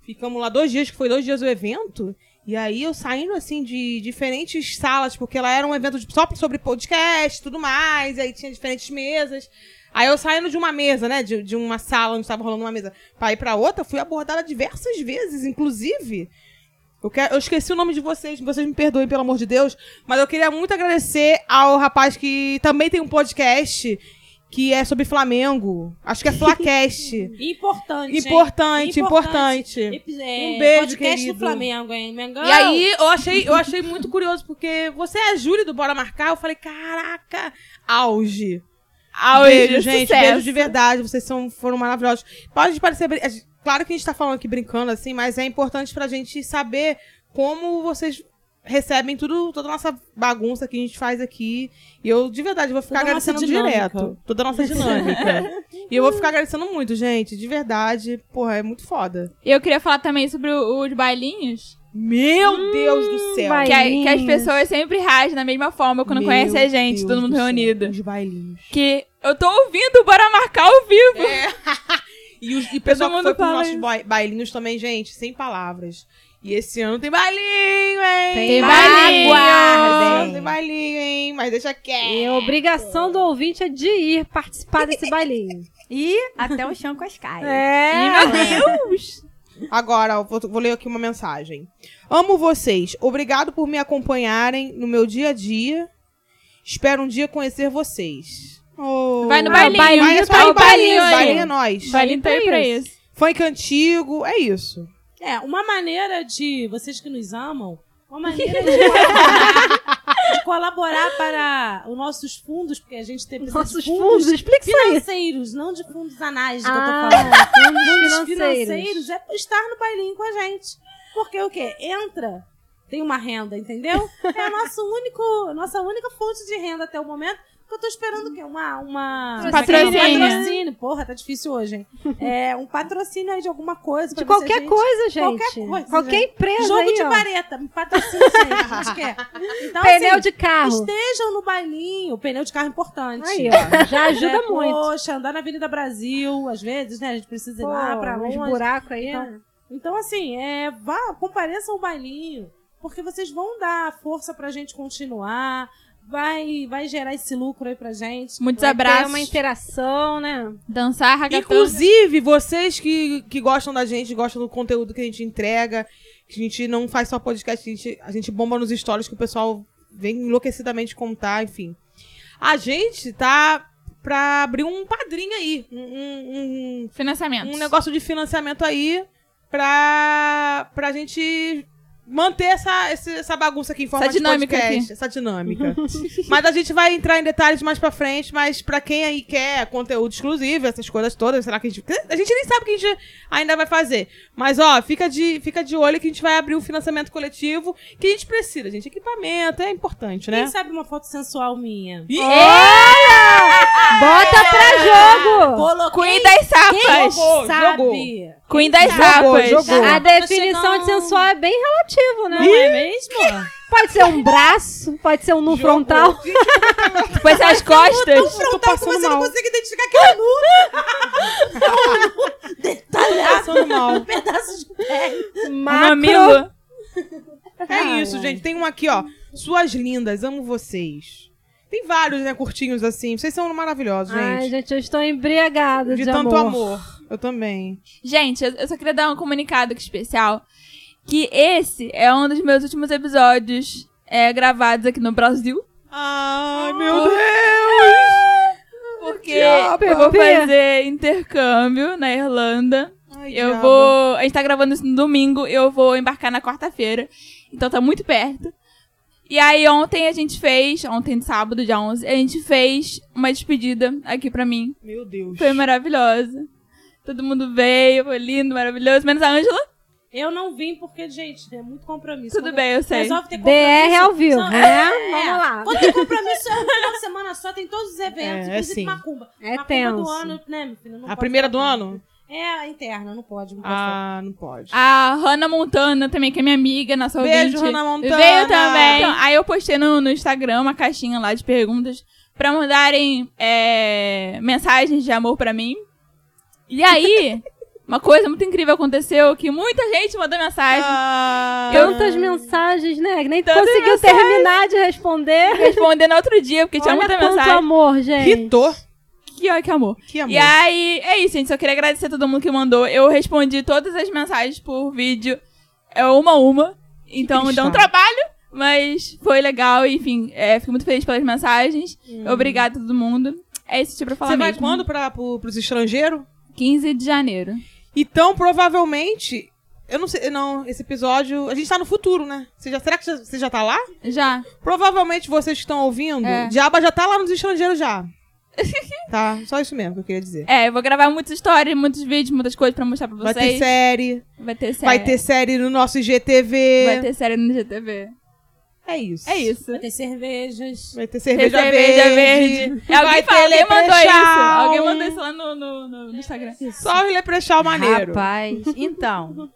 Ficamos lá dois dias, que foi dois dias o evento. E aí eu saindo, assim, de diferentes salas, porque lá era um evento de- só sobre podcast e tudo mais. Aí tinha diferentes mesas. Aí eu saindo de uma mesa, né? De, de uma sala onde estava rolando uma mesa pra ir pra outra, fui abordada diversas vezes, inclusive. Eu, quero- eu esqueci o nome de vocês, vocês me perdoem, pelo amor de Deus. Mas eu queria muito agradecer ao rapaz que também tem um podcast que é sobre Flamengo. Acho que é Flacast. Importante. hein? importante, importante. Epi- é, Um beijo, podcast querido. do Flamengo, hein? Mengão. E aí eu achei, eu achei muito curioso, porque você é a Júlia do Bora Marcar, eu falei, caraca, auge. Auge, beijo, gente, sucesso. beijo de verdade, vocês são, foram maravilhosos. Pode parecer, brin- a gente- claro que a gente tá falando aqui brincando, assim, mas é importante pra gente saber como vocês recebem tudo, toda a nossa bagunça que a gente faz aqui. E eu, de verdade, vou ficar Toda a nossa agradecendo dinâmica. direto. Toda a nossa dinâmica. e eu vou ficar agradecendo muito, gente, de verdade. Porra, é muito foda. Eu queria falar também sobre o- os bailinhos. Meu Deus Hum, do céu. vai. Que, a- que as Bailinhos. pessoas sempre reagem da mesma forma quando Meu conhece a gente, Deus todo mundo do céu, reunido. Os bailinhos. Que eu tô ouvindo, bora marcar ao vivo. E, os, e o pessoal que mundo foi pros fala nossos isso. ba- bailinhos também, gente, sem palavras. E esse ano tem bailinho, hein? Tem bailinho. Esse ano Aguardem. Tem bailinho, hein? Mas deixa E quieto. É a obrigação do ouvinte é de ir participar desse bailinho. E até o chão com as caras. Ih, É. meu Deus. Agora, ó, vou, vou ler aqui uma mensagem. Amo vocês. Obrigado por me acompanharem no meu dia a dia. Espero um dia conhecer vocês. Oh. Vai no Ah, bailinho. bailinho Vai, é só tá ir aí, bailinho, bailinho aí. bailinho é nós. Bailinho tá aí pra isso. Funk antigo, é isso. É, uma maneira de. Vocês que nos amam, uma maneira de colaborar, de colaborar para os nossos fundos, porque a gente tem precisa de Nossos fundos, explica isso aí. financeiros, não de fundos anais que eu tô falando. Ah, fundos Fundos financeiros. financeiros é estar no bailinho com a gente. Porque o quê? Entra, tem uma renda, entendeu? É a nossa, único, nossa única fonte de renda até o momento. Porque eu tô esperando o quê? Uma. uma... Patrocínio. Patrocínio. Um patrocínio. Porra, tá difícil hoje, hein? É, um patrocínio aí de alguma coisa. De pra ver se a Tipo, qualquer gente- coisa, gente. Qualquer coisa, Qualquer gente. empresa Jogo aí, de ó. vareta, Um me patrocina, gente. A gente quer. Então, Pneu assim, de carro. estejam no bailinho. Pneu de carro é importante. Aí, ó. Já ajuda Né? muito. Poxa, andar na Avenida Brasil, às vezes, né? A gente precisa ir lá Pô, um pra uns longe. buracos aí. Então, né? Então, assim, é, vá, compareçam ao bailinho, porque vocês vão dar força pra gente continuar, vai, vai gerar esse lucro aí pra gente. Muitos Vai ter abraços. uma interação, né? Dançar, ragatão. Inclusive, vocês que, que gostam da gente, gostam do conteúdo que a gente entrega, que a gente não faz só podcast, a gente, a gente bomba nos stories que o pessoal vem enlouquecidamente contar, enfim. A gente tá pra abrir um padrinho aí, um, um, um, Financiamento. um negócio de financiamento aí pra, pra gente manter essa, esse- essa bagunça aqui em forma Essa de dinâmica podcast, aqui. essa dinâmica. mas a gente vai entrar em detalhes mais pra frente, mas pra quem aí quer conteúdo exclusivo, essas coisas todas, será que a gente... A gente nem sabe o que a gente ainda vai fazer. Mas, ó, fica de, fica de olho que a gente vai abrir um financiamento coletivo que a gente precisa, gente. Equipamento é importante, Quem né? é, sabe uma foto sensual minha? Ih, Bota pra jogo! Queen das sapas. jogou? É. sabe? Queen das Jogou, sapas. jogou. A Tá definição chegando- de sensual é bem relativa, né? Não é mesmo? Pode ser um braço, pode ser um nu Jogou. frontal. Depois as costas. tá eu tô passando Você não mal. consegue identificar um que é nu, Tô Tá passando mal. um pedaço de pele. Um Macro. Mamilo. É isso, gente. Tem um aqui, ó. Suas lindas, amo vocês. Tem vários, né, curtinhos assim. Vocês são maravilhosos, Ai, gente. gente, eu estou embriagada de, de tanto amor. amor. Eu também. Gente, eu- eu só queria dar um comunicado aqui especial. Que esse é um dos meus últimos episódios é, gravados aqui no Brasil. Ai, meu Deus! Porque eu vou fazer intercâmbio na Irlanda. eu vou. A gente tá gravando isso no domingo, eu vou embarcar na quarta-feira. Então tá muito perto. E aí ontem a gente fez, ontem de sábado, dia 11, a gente fez uma despedida aqui pra mim. Meu Deus. Foi maravilhosa. Todo mundo veio, foi lindo, maravilhoso. Menos a Ângela. Eu não vim porque, gente, é muito compromisso. Tudo Quando bem, eu sei. Resolve ter compromisso. DR ao vivo, Não, né? é. Vamos lá. Quando tem compromisso, é um final de semana só, tem todos os eventos, É, é inclusive sim. Macumba. É Macumba do tenso. ano, né, meu filho? Não A pode primeira do falar. ano? É, a interna, não pode. Não pode falar. Ah, não pode. A Hannah Montana também, que é minha amiga, nossa Beijo, ouvinte. Hannah Montana. Veio também. Então, aí eu postei no, no Instagram uma caixinha lá de perguntas pra mandarem é, mensagens de amor pra mim. E aí, Uma coisa muito incrível aconteceu que muita gente mandou mensagem. Ah, Tantas mensagens, né? Nem Tantas conseguiu mensagens. terminar de responder. Respondendo outro dia, porque tinha Olha muita quanto mensagem. amor, gente. Irritou. Que, ó, que amor. Que amor. E aí, é isso, gente. Só queria agradecer a todo mundo que mandou. Eu respondi todas as mensagens por vídeo, é uma a uma. Então deu um cristão. trabalho, mas foi legal. Enfim, é, fico muito feliz pelas mensagens. Obrigada a todo mundo. É isso que tinha pra falar Hum. Você vai mesmo. quando pra, pro, pros estrangeiros? 15 de janeiro. Então, provavelmente. Eu não sei. Não, esse episódio. A gente tá no futuro, né? Você já, será que já- você já tá lá? Já. Provavelmente vocês que estão ouvindo, É. Diaba já tá lá nos estrangeiros já. tá? Só isso mesmo que eu queria dizer. É, eu vou gravar muitas histórias, muitos vídeos, muitas coisas pra mostrar pra Vai É, vocês. ter série, Vai ter série. vai ter série no nosso IGTV. Vai ter série no GTV. É isso. É isso. Vai ter cervejas. Vai ter cerveja, Ter verde. É, alguém, Vai fala, ter alguém mandou leprechaun. isso. Alguém mandou isso lá no, no, no- no Instagram. Só o leprechal maneiro. Rapaz, então.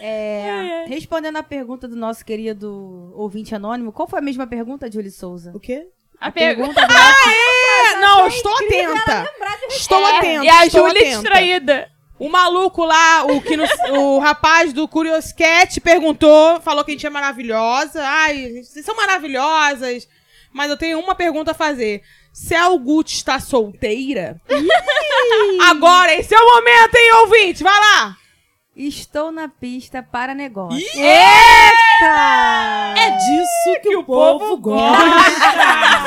é, respondendo à pergunta do nosso querido ouvinte anônimo, qual foi a mesma pergunta, Julie Souza? O quê? A pergunta É, não, eu estou atenta. Estou É, atenta. E a estou Júlia atenta. distraída. O maluco lá, o, que nos- o rapaz do Curiosquete perguntou, falou que a gente é maravilhosa. Ai, vocês são maravilhosas. Mas eu tenho uma pergunta a fazer. Cel Gucci está solteira? Agora, esse é o momento, hein, ouvinte? Vai lá! Estou na pista para negócio. É disso que, o povo povo, gosta.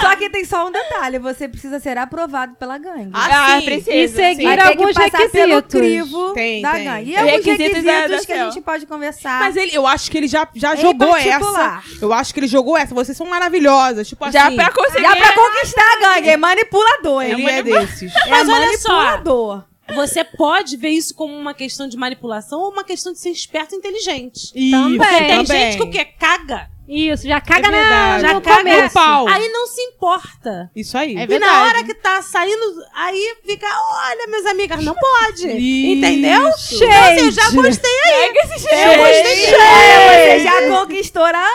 Só que tem só um detalhe: você precisa ser aprovado pela gangue. Ah, sim. é precisa. E sim. seguir Vai ter que alguns passar pelo requisitos. crivo Tem, da tem. gangue. E Tem alguns requisitos requisitos, da- da que Cel. a gente pode conversar. Mas ele, eu acho que ele já, já Em jogou particular. essa. Eu acho que ele jogou essa. Vocês são maravilhosas. Tipo Já assim. pra conseguir. Dá é pra conquistar a gangue, é manipulador. hein? Ele é desses. É Mas olha só. manipulador. Você pode ver isso como uma questão de manipulação ou uma questão de ser esperto e inteligente. Isso, Também. Porque também. tem gente que o quê? Caga. Isso, já caga na, verdade. Já É no No caga começo. pau. Aí não se importa. Isso aí. É E na verdade. hora que tá saindo, aí fica, olha, minhas amigas, não pode. Isso. Entendeu? Então, assim, eu já gostei aí. Pega esse Eu cheiro. gostei É, você já conquistou a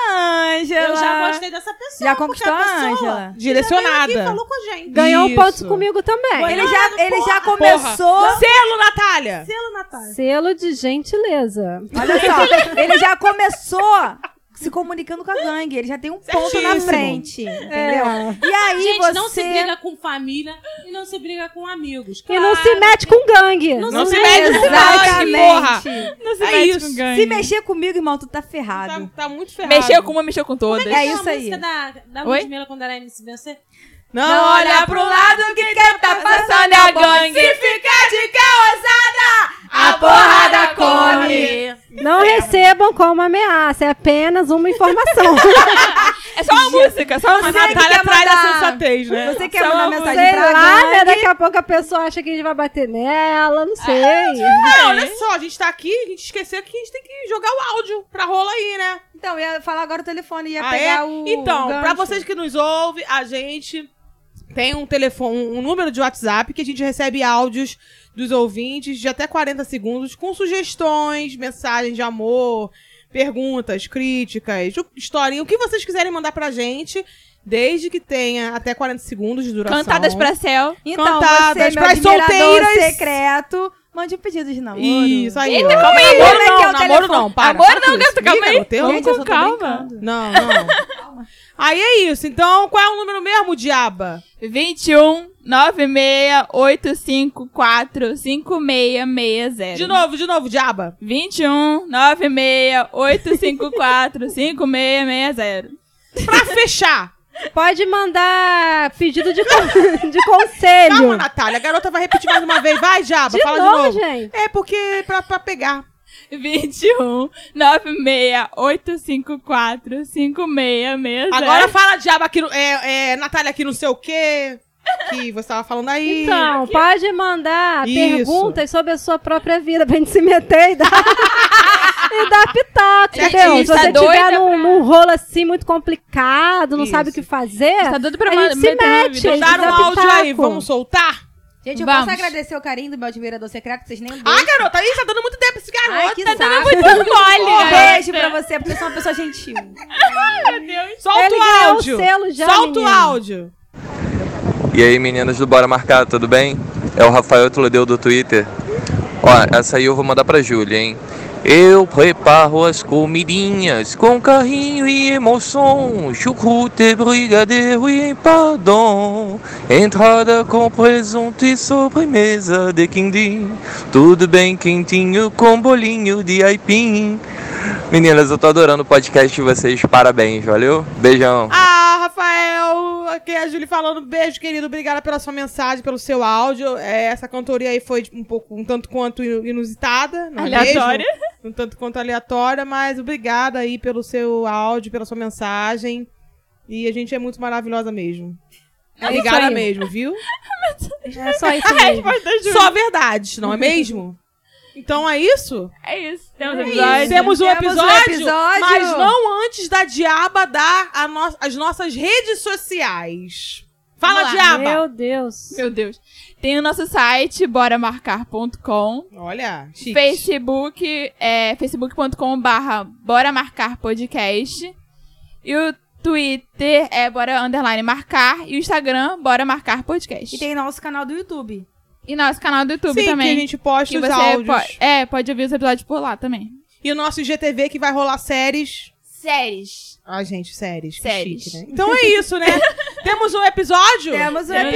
Ângela. Eu já gostei dessa pessoa. Já porque conquistou a pessoa Ângela. Aqui Direcionada. falou com a gente. Ganhou um ponto Isso. comigo também. Ele já, ele já Porra. começou. Selo, Natália! Selo, Natália. Selo de gentileza. Olha só, ele já começou se comunicando com a gangue. Ele já tem um ponto na Certíssimo. É. frente. Entendeu? E aí Gente, você. não se briga com família e não se briga com amigos. E claro. não se mete com gangue. Não Não se Sim, mede com nós, porra! Exatamente. Não se É mete isso. com gangue. Se mexer comigo, irmão, tu tá Tá, ferrado. tá muito ferrado. Mexeu com uma, mexeu com todas. É Aquela isso aí. música da, da Oi? Ludmilla quando era MC Vencer. Não, olha pro lado que quem tá passando é a gangue. Se ficar de calçada, a porrada come. Não recebam como ameaça, é apenas uma informação. É só uma música, só a uma música. Natália quer traz a mandar- sensatez, né? Você quer Só mandar uma mensagem sei pra lá, gangue? né? Daqui a pouco a pessoa acha que a gente vai bater nela, não sei. Não, Ah, olha só, a gente tá aqui, a gente esqueceu que a gente tem que jogar o áudio pra rola aí, né? Então, ia falar agora o telefone, ia Ah, pegar é? o. Então, gancho. pra vocês que nos ouvem, a gente tem um telefone, um número de WhatsApp que a gente recebe áudios dos ouvintes de até 40 segundos com sugestões, mensagens de amor, perguntas, críticas, o- historinha, o que vocês quiserem mandar pra gente, desde que tenha até 40 segundos de duração. Cantadas pra céu. Então, você, Cantadas meu pras admirador solteiras. secreto, mande um pedido de namoro. Isso aí. Eita, ó. calma Namoro aí, como é que é não, o namoro telefone? não, para. Amor para com não, isso. gata, calma Ih, aí. garoteiro. Vamos Gente, eu com só tô calma. brincando. Não, não. Aí é isso. Então, qual é o número mesmo, diaba? 21 96 854 5660. De novo, de novo, diaba. 21 96 854 5660. Pra fechar. Pode mandar pedido de, con- de conselho. Calma, Natália. A garota vai repetir mais uma vez. Vai, diaba, de, fala novo, de novo. gente. É porque pra, pra pegar. 21 96 854 5660. Agora fala, diaba, aqui no, é, é, Natália, aqui não sei o quê. Que você tava falando aí. Então, pode mandar é Isso. perguntas sobre a sua própria vida pra gente se meter e dar, e dar pitaco, Gente, entendeu? Se está você doida tiver num, num rolo assim muito complicado, não Isso. sabe o que fazer, Tá doido pra a gente ma- se meter na mete. vida. a gente Mandaram dá um áudio pitaco. aí. Vamos soltar? Gente, eu Vamos. posso agradecer o carinho do meu admirador secreto, vocês nem Ah, garota, aí tá dando muito tempo esse garoto. Ai, que Tá dando saco. muito mole, Um galera. né? beijo pra você, porque eu sou uma pessoa gentil. Meu Deus. Solta Ele o ganhou o áudio. selo já, Solta o menino. áudio. E aí, meninas do Bora Marcar, tudo bem? É o Rafael Tolodeu do Twitter. Ó, essa aí eu vou mandar pra Júlia, hein? Eu preparo as comidinhas com carinho e emoção, chucrute, brigadeiro e empadão, entrada com presunto e sobremesa de quindim, tudo bem quentinho com bolinho de aipim. Meninas, eu tô adorando o podcast de vocês, parabéns, valeu? Beijão. Ah, Rafael! Aqui é a Julie falando. Beijo, querido. Obrigada pela sua mensagem, pelo seu áudio. É, essa cantoria aí foi um pouco, um tanto quanto inu- inusitada. Não é Aleatória. mesmo? Um tanto quanto aleatória, mas obrigada aí pelo seu áudio, pela sua mensagem. E a gente é muito maravilhosa mesmo. É isso Obrigada aí. mesmo, viu? É só isso mesmo. Só verdades, não é mesmo? Então é isso? É isso. Temos É isso. episódio. Temos um Temos um episódio, episódio. mas não antes da Diaba dar a no- as nossas redes sociais. Fala, Vamos Diaba! Meu Deus. Meu Deus. Tem o nosso site, boramarcar.com. Olha, chique. Facebook, é facebook.com barra Bora Marcar Podcast. E o Twitter é Bora Underline Marcar. E o Instagram, Bora Marcar Podcast. E E, tem nosso canal do YouTube. nosso canal do YouTube Sim, que também. a gente posta que os você áudios. pode, é, pode ouvir os episódios por lá também. E o nosso IGTV que vai rolar séries. Séries. Ah, gente, séries. que Séries. chique, né? Então é isso, né? Temos um episódio? Temos um Temos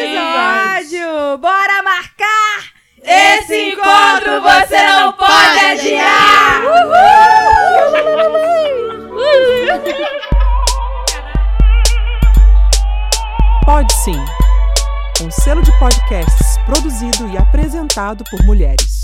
episódio! Bora marcar! Esse encontro você não pode adiar! Pode Sim, um selo de podcasts produzido e apresentado por mulheres.